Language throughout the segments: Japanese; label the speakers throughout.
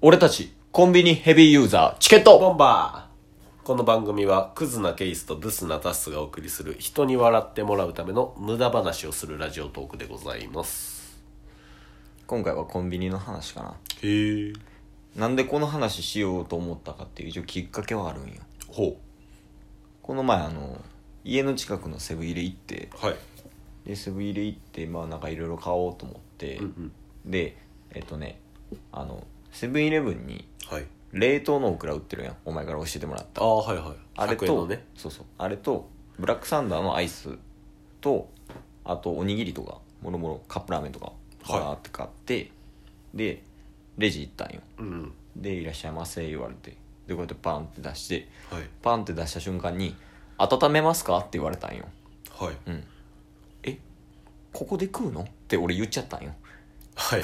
Speaker 1: 俺たち、コンビニヘビーユーザー、チケット
Speaker 2: ボンバーこの番組はクズなケイスとブスなタスがお送りする人に笑ってもらうための無駄話をするラジオトークでございます
Speaker 1: 今回はコンビニの話かな。
Speaker 2: へえ
Speaker 1: なんでこの話しようと思ったかっていう、一応きっかけはあるんよ。
Speaker 2: ほ
Speaker 1: この前、あの、家の近くのセブン入れ行って、
Speaker 2: うはい
Speaker 1: で、セブン入れ行って、まあなんかいろいろ買おうと思って、
Speaker 2: うん
Speaker 1: で、えっとね、あの、セブンイレブンに
Speaker 2: はい
Speaker 1: 冷凍のオクラ売ってるやん。お前から教えてもらった。
Speaker 2: ああはいはい
Speaker 1: あれ
Speaker 2: 100円
Speaker 1: と、
Speaker 2: のね
Speaker 1: そうそうあれとブラックサンダーのアイスとあとおにぎりとかもろもろカップラーメンとか
Speaker 2: はい
Speaker 1: バーって買って、でレジ行ったんよ
Speaker 2: うん
Speaker 1: で「いらっしゃいませ」言われてでこうやってパンって出して
Speaker 2: はい
Speaker 1: パンって出した瞬間に「温めますか?」って言われたんよ
Speaker 2: はい
Speaker 1: うんえここで食うのって俺言っちゃったんよ
Speaker 2: はい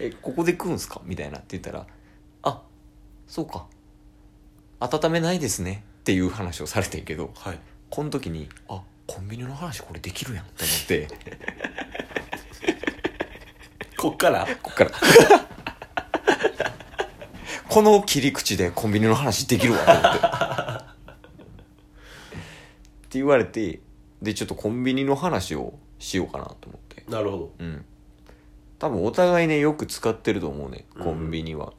Speaker 1: えここで食うんすかみたいなって言ったら「あそうか温めないですね」っていう話をされてんけど
Speaker 2: はい
Speaker 1: この時にあコンビニの話これできるやんと思って
Speaker 2: こっから
Speaker 1: こっから この切り口でコンビニの話できるわと思ってって言われてでちょっとコンビニの話をしようかなと思って
Speaker 2: なるほど
Speaker 1: うん多分お互いねよく使ってると思うねコンビニは、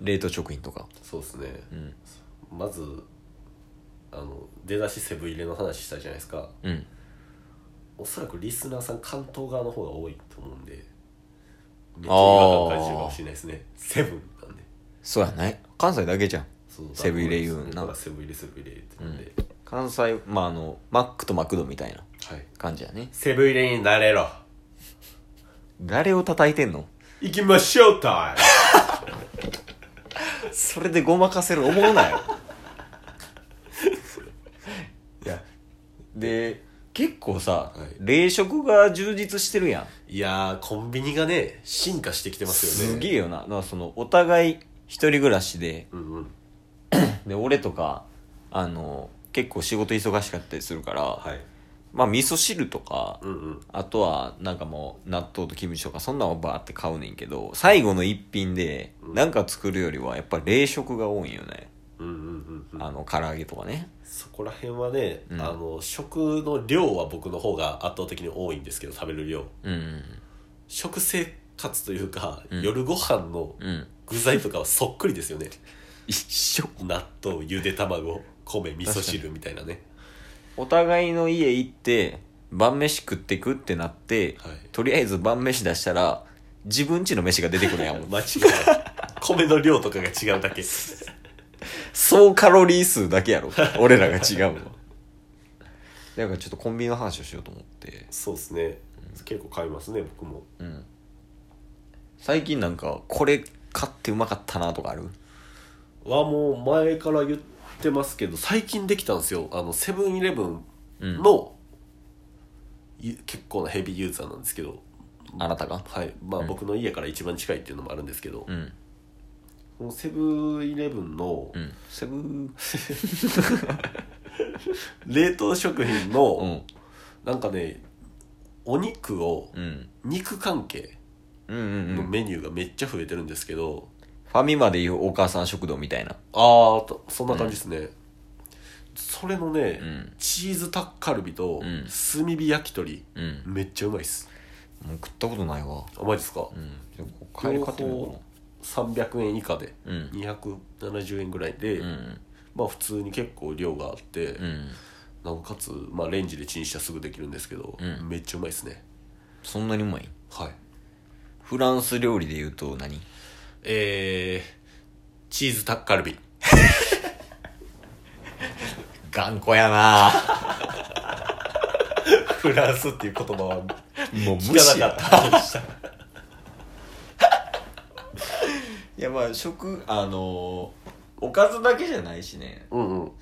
Speaker 1: 冷凍食品とか
Speaker 2: そうですね
Speaker 1: うん
Speaker 2: まずあの出だしセブン入れの話したじゃないですか
Speaker 1: うん
Speaker 2: おそらくリスナーさん関東側の方が多いと思うんでめっちゃ
Speaker 1: あー
Speaker 2: 違和感感じるかもしれないですねセブンなんで
Speaker 1: そうやない関西だけじゃん
Speaker 2: そう
Speaker 1: セブン入れ言う
Speaker 2: 僕
Speaker 1: な
Speaker 2: らセブン入れセブン入れってなんで、
Speaker 1: 関西まああのマックとマクドみたいな
Speaker 2: はい
Speaker 1: 感じやね
Speaker 2: セブン入れになれろ
Speaker 1: 誰を叩いてんの
Speaker 2: 行きましょうタイ
Speaker 1: それでごまかせる思う なよいやで結構さ、
Speaker 2: はい
Speaker 1: 冷食が充実してるやん
Speaker 2: ムいやーコンビニがね進化してきてますよね
Speaker 1: すげ
Speaker 2: え
Speaker 1: えよなだからそのお互い一人暮らしで
Speaker 2: うんうん
Speaker 1: で俺とかあの結構仕事忙しかったりするから、
Speaker 2: はい
Speaker 1: まあ味噌汁とか、
Speaker 2: うんうん
Speaker 1: あとはなんかもう納豆とキムチとかそんなんをバーって買うねんけど最後の一品でなんか作るよりはやっぱ冷食が多いんよね、
Speaker 2: うんうんうんうん
Speaker 1: あの唐揚げとかね
Speaker 2: そこら辺はね、
Speaker 1: ん
Speaker 2: あの食の量は僕の方が圧倒的に多いんですけど食べる量
Speaker 1: うん
Speaker 2: 食生活というか、夜ご飯の
Speaker 1: うん
Speaker 2: 具材とかはそっくりですよね
Speaker 1: 一緒
Speaker 2: 納豆ゆで卵米味噌汁みたいなね
Speaker 1: お互いの家行って晩飯食ってくってなって、
Speaker 2: はい
Speaker 1: とりあえず晩飯出したら自分家の飯が出てくるやんもう
Speaker 2: 間違いない米の量とかが違うだけ
Speaker 1: 総カロリー数だけ やろ俺らが違うのだからちょっとコンビニの話をしようと思って
Speaker 2: そうですね結構買いますね僕も
Speaker 1: うん最近なんかこれ買ってうまかったなとかある
Speaker 2: はもう前から言ってますけど最近できたんですよあのセブンイレブンの、ゆ結構なヘビーユーザーなんですけど
Speaker 1: あなたが
Speaker 2: はいまあ僕の家から一番近いっていうのもあるんですけど、
Speaker 1: うん
Speaker 2: このセブンイレブンの
Speaker 1: うんセブン
Speaker 2: 冷凍食品
Speaker 1: う
Speaker 2: の
Speaker 1: ん
Speaker 2: なんかねお肉を
Speaker 1: うん
Speaker 2: 肉関係
Speaker 1: うんうんう
Speaker 2: の
Speaker 1: ん
Speaker 2: メニューがめっちゃ増えてるんですけど、
Speaker 1: ファミマでいうお母さん食堂みたいな
Speaker 2: ああとそんな感じですね、それのね、
Speaker 1: うん
Speaker 2: チーズタッカルビと
Speaker 1: うん
Speaker 2: 炭火焼き鳥、
Speaker 1: うん
Speaker 2: めっちゃうまいっす
Speaker 1: もう食ったことないわ
Speaker 2: あマジっすか、
Speaker 1: うんじゃあ帰り買ってみようかな
Speaker 2: 300円以下で、
Speaker 1: うん
Speaker 2: 270円ぐらいで、
Speaker 1: うん
Speaker 2: まあ普通に結構量があって、
Speaker 1: うん
Speaker 2: なおかつ、まあ、レンジでチンしたらすぐできるんですけど、
Speaker 1: うん
Speaker 2: めっちゃうまいっすね
Speaker 1: そんなにうまい
Speaker 2: はい
Speaker 1: フランス料理で言うと何
Speaker 2: えー、チーズタッカルビ
Speaker 1: 頑固やな
Speaker 2: フランスっていう言葉 は
Speaker 1: もう
Speaker 2: 聞かなかった
Speaker 1: いやまあ食あのーおかずだけじゃないしね
Speaker 2: うんうん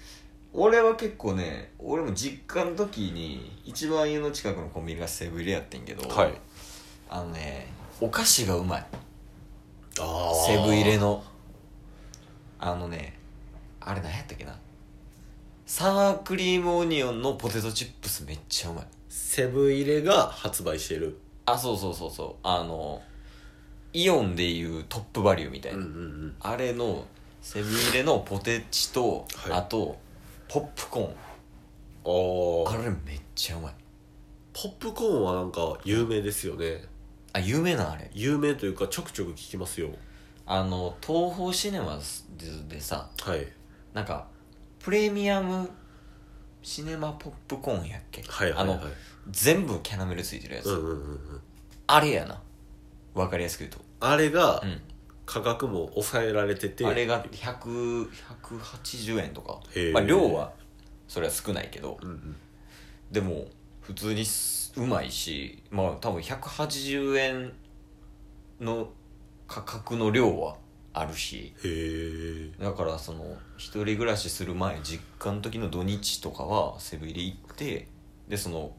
Speaker 1: 俺は結構ね俺も実家の時に一番家の近くのコンビニがセブン入れやってんけど、
Speaker 2: はい
Speaker 1: あのねお菓子がうまい
Speaker 2: あ
Speaker 1: セブン入れのあのねあれ何やったっけなサワークリームオニオンのポテトチップスめっちゃうまい
Speaker 2: セブン入れが発売してる
Speaker 1: あそうそうそうそうあのイオンでいうトップバリューみたい
Speaker 2: うん
Speaker 1: な、
Speaker 2: うんうん
Speaker 1: あれのセブン入れのポテチと、
Speaker 2: はい
Speaker 1: あとポップコーン
Speaker 2: あ
Speaker 1: あ
Speaker 2: あ
Speaker 1: れめっちゃうまい
Speaker 2: ポップコーンはなんか有名ですよね
Speaker 1: あ有名なあれ
Speaker 2: 有名というかちょくちょく聞きますよ
Speaker 1: あの東宝シネマズでさ
Speaker 2: はい
Speaker 1: なんかプレミアムシネマポップコーンやっけ、
Speaker 2: はいはいは
Speaker 1: あ
Speaker 2: い
Speaker 1: の全部キャラメルついてるやつ、
Speaker 2: うんうんうんうん
Speaker 1: あれやなわかりやすく言うと、
Speaker 2: あれが
Speaker 1: うん
Speaker 2: 価格も抑えられてて、
Speaker 1: あれが100 180円とか
Speaker 2: へ、ー
Speaker 1: まあ、量はそれは少ないけど
Speaker 2: うんうん
Speaker 1: でも普通にすうまいしまあ多分180円の価格の量はあるし
Speaker 2: へえ
Speaker 1: だからその一人暮らしする前実家の時の土日とかはセブン入り行ってでその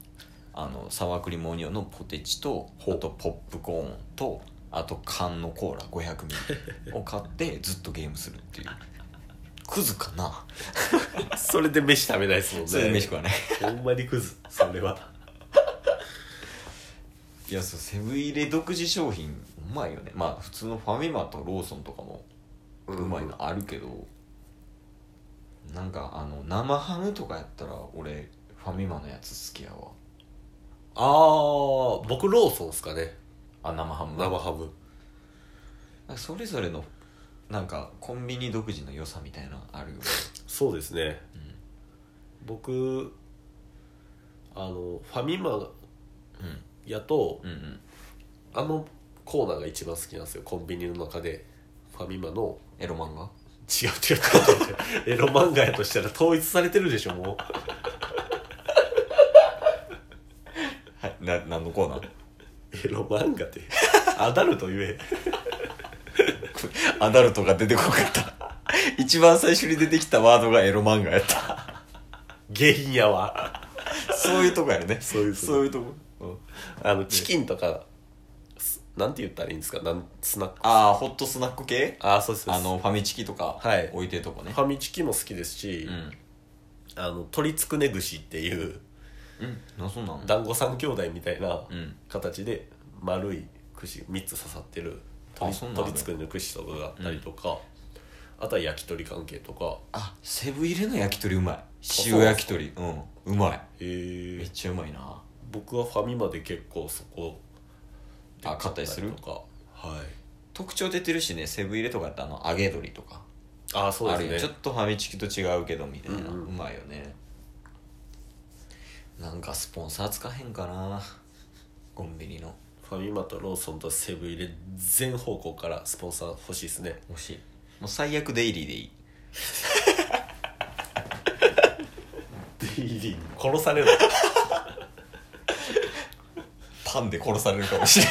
Speaker 1: あのサワークリームオニオンのポテチとあ
Speaker 2: ほう
Speaker 1: とポップコーンとあと缶のコーラ500ミリを買って ずっとゲームする っていうクズかな
Speaker 2: それで飯食べないですもん ね
Speaker 1: それで飯食わない
Speaker 2: ほんまにクズそれはい
Speaker 1: やそうセブン入れ独自商品うまいよねまあ普通のファミマとローソンとかもうまいのあるけど、なんかあの生ハムとかやったら俺ファミマのやつ好きやわ
Speaker 2: ああ僕ローソンっすかね
Speaker 1: あ生ハムな
Speaker 2: 生ハム
Speaker 1: なんかそれぞれのなんかコンビニ独自の良さみたいなのあるよね
Speaker 2: そうですね、僕あのファミマやと、
Speaker 1: うんうん
Speaker 2: あのコーナーが一番好きなんですよコンビニの中でファミマの
Speaker 1: エロ漫画
Speaker 2: 違う違う違う違うエロ漫画やとしたら統一されてるでしょも
Speaker 1: はいな何のコーナ ー
Speaker 2: うエロ漫画ってアダルト言え
Speaker 1: アダルトが出てこなかった 一番最初に出てきたワードがエロ漫画やった
Speaker 2: 原因やわ
Speaker 1: そういうとこやね
Speaker 2: そういうとこ
Speaker 1: そういうとこ、うん
Speaker 2: あのチキンとか、すなんて言ったらいいんですかなんスナック
Speaker 1: ああホットスナック系
Speaker 2: ああそうですそう
Speaker 1: あ
Speaker 2: です
Speaker 1: のファミチキとか
Speaker 2: はい
Speaker 1: 置いてるとこね、
Speaker 2: ファミチキも好きですし、
Speaker 1: うん
Speaker 2: あの鶏つくね串っていう
Speaker 1: うんなそうなんだ
Speaker 2: 団子三兄弟みたいな
Speaker 1: うん
Speaker 2: 形で丸い串3つ刺さってる
Speaker 1: あ
Speaker 2: 鶏
Speaker 1: そうなんだ
Speaker 2: 鶏つくねの串とかがあったりとか、あとは焼き鳥関係とか
Speaker 1: あセブン入れの焼き鳥うまい塩焼き鳥うんうまい
Speaker 2: へ
Speaker 1: め
Speaker 2: え
Speaker 1: っちゃうまいな
Speaker 2: 僕はファミマで結構そこ
Speaker 1: あ買ったりする
Speaker 2: とかはい
Speaker 1: 特徴出てるしねセブン入れとかやったらあの揚げ鶏とか
Speaker 2: ああそう
Speaker 1: ある
Speaker 2: で
Speaker 1: よ
Speaker 2: す
Speaker 1: ちょ
Speaker 2: ね
Speaker 1: っとファミチキと違うけどみたいな、う
Speaker 2: うんうん
Speaker 1: まいよねなんかスポンサーつかへんかなコンビニの
Speaker 2: ファミマとローソンとセブン入れ全方向からスポンサー欲しいですね
Speaker 1: もしいもう最悪デイリーでいい
Speaker 2: デイリー 殺されない
Speaker 1: パンで殺されるかもしれん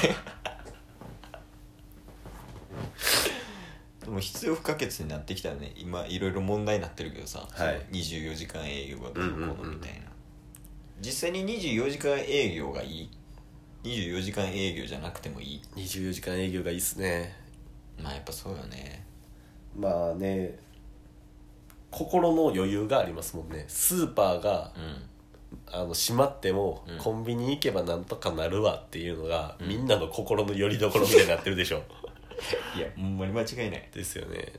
Speaker 1: でも必要不可欠になってきたよね今いろいろ問題になってるけどさ、
Speaker 2: は
Speaker 1: その
Speaker 2: い
Speaker 1: 24時間営業がど
Speaker 2: うん
Speaker 1: う
Speaker 2: うんうん
Speaker 1: のこうのみたいな、実際に24時間営業がいい24時間営業じゃなくてもいい
Speaker 2: 24時間営業がいいっすね
Speaker 1: まあやっぱそうよね
Speaker 2: まあね心の余裕がありますもんねスーパーが
Speaker 1: うん
Speaker 2: あの閉まっても、
Speaker 1: うん
Speaker 2: コンビニ行けばなんとかなるわっていうのが、みんなの心の拠り所みたいになってる でしょ
Speaker 1: いやほんまに間違いない
Speaker 2: ですよね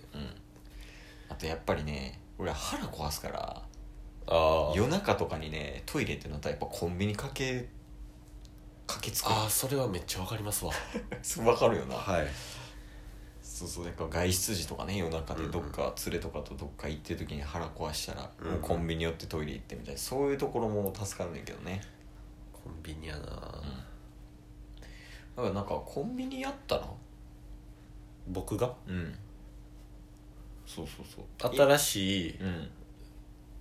Speaker 1: あとやっぱりね俺腹壊すから
Speaker 2: あー
Speaker 1: 夜中とかにねトイレってなったらやっぱコンビニかけかけつく
Speaker 2: あーそれはめっちゃわかりますわ
Speaker 1: そう わかるよな
Speaker 2: はい
Speaker 1: そうそうだから外出時とかね夜中でどっか連れとかとどっか行ってる時に腹壊したら、
Speaker 2: うん
Speaker 1: もうコンビニ寄ってトイレ行ってみたいなそういうところも助かるねんけどね
Speaker 2: コンビニやな、
Speaker 1: だからなんかコンビニやったら
Speaker 2: 僕が
Speaker 1: うんそうそうそう
Speaker 2: 新しい
Speaker 1: うん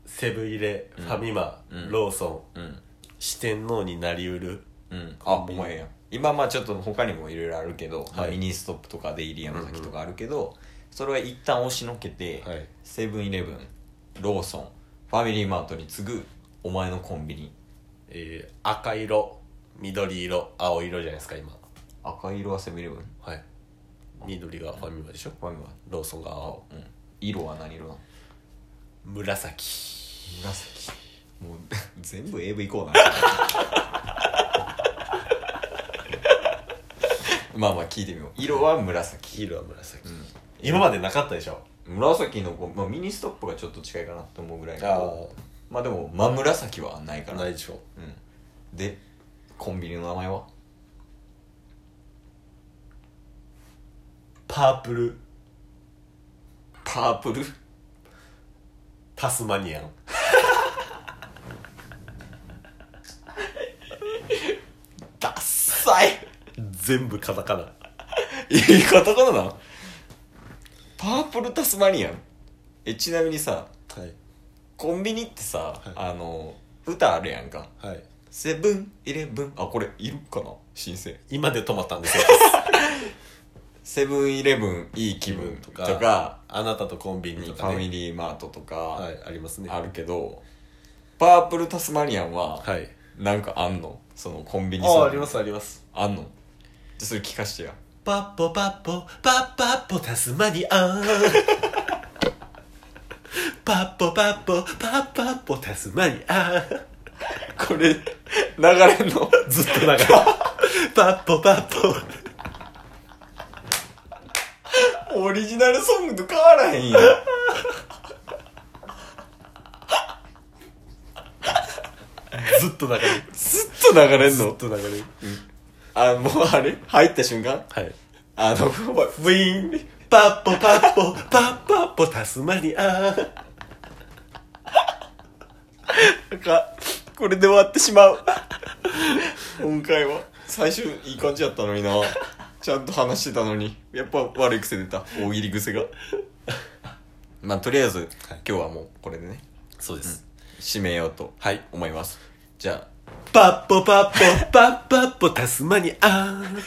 Speaker 2: セブン入れ、
Speaker 1: うん
Speaker 2: ファミマ、
Speaker 1: うん
Speaker 2: ローソン
Speaker 1: うん
Speaker 2: 四天王になりうる
Speaker 1: うんあ
Speaker 2: コン
Speaker 1: お
Speaker 2: ビニ
Speaker 1: 前や今まあちょっと他にもいろいろあるけど、まあ
Speaker 2: はい
Speaker 1: ミニストップとかデイリー山崎とかあるけど、それは一旦押しのけて、
Speaker 2: はい
Speaker 1: セブンイレブンローソンファミリーマートに次ぐお前のコンビニ
Speaker 2: えー赤色緑色青色じゃないですか今
Speaker 1: 赤色はセブンイレブン
Speaker 2: はい緑がファミマでしょ
Speaker 1: ファミマ
Speaker 2: ローソンが青
Speaker 1: うん、色は何色なの
Speaker 2: 紫
Speaker 1: 紫もう 全部 AV コーナーまあまあ聞いてみよう色は紫、
Speaker 2: 黄色は紫、
Speaker 1: うん
Speaker 2: 今までなかったでしょ
Speaker 1: 紫のこう、まあ、ミニストップがちょっと近いかなと思うぐらいの
Speaker 2: あ
Speaker 1: まあでも真紫はないか
Speaker 2: あ
Speaker 1: ら
Speaker 2: ないでしょ
Speaker 1: うん、でコンビニの名前は
Speaker 2: パープル
Speaker 1: パープル
Speaker 2: タスマニアン
Speaker 1: ダッサい
Speaker 2: 全部カタカナ
Speaker 1: いいカタカナなパープルタスマニアンえちなみにさ
Speaker 2: はい
Speaker 1: コンビニってさ、
Speaker 2: い
Speaker 1: あの歌あるやんか
Speaker 2: はい
Speaker 1: セブンイレブンあこれいるかな申請
Speaker 2: 今で止まったんですよ
Speaker 1: セブンイレブンいい気分とか
Speaker 2: あなたとコンビニ
Speaker 1: フ
Speaker 2: とか、
Speaker 1: ァミ
Speaker 2: ね、
Speaker 1: リーマートと
Speaker 2: は
Speaker 1: か
Speaker 2: いありますね
Speaker 1: あるけど、パープルタスマニアンは
Speaker 2: はい
Speaker 1: なんかあんのそのコンビニ
Speaker 2: あ
Speaker 1: さ
Speaker 2: ありますあります
Speaker 1: あんのじゃあそれ聞かしてや
Speaker 2: パッポパッポパッパッポタスマニ アンパッポパッポパッパッポタスマニアン
Speaker 1: これ流れんの
Speaker 2: ずっと長い パッポパッポ
Speaker 1: オリジナルソングと変わらへんやん
Speaker 2: ずっと長い
Speaker 1: ずっと流れん
Speaker 2: ず っ
Speaker 1: の
Speaker 2: と長い
Speaker 1: あもうあれ入った瞬間
Speaker 2: はい
Speaker 1: あ のウィーン
Speaker 2: パッポパッポパッパッポタスマニアン
Speaker 1: なんかこれで終わってしまう今回は最初いい感じやったのになちゃんと話してたのにやっぱ悪い癖出た大喜利癖がまあとりあえず、今日はもうこれでね
Speaker 2: そうです、
Speaker 1: 締めようと
Speaker 2: はい
Speaker 1: 思いますじゃあ
Speaker 2: パッポパッポパッパッポタスマニアン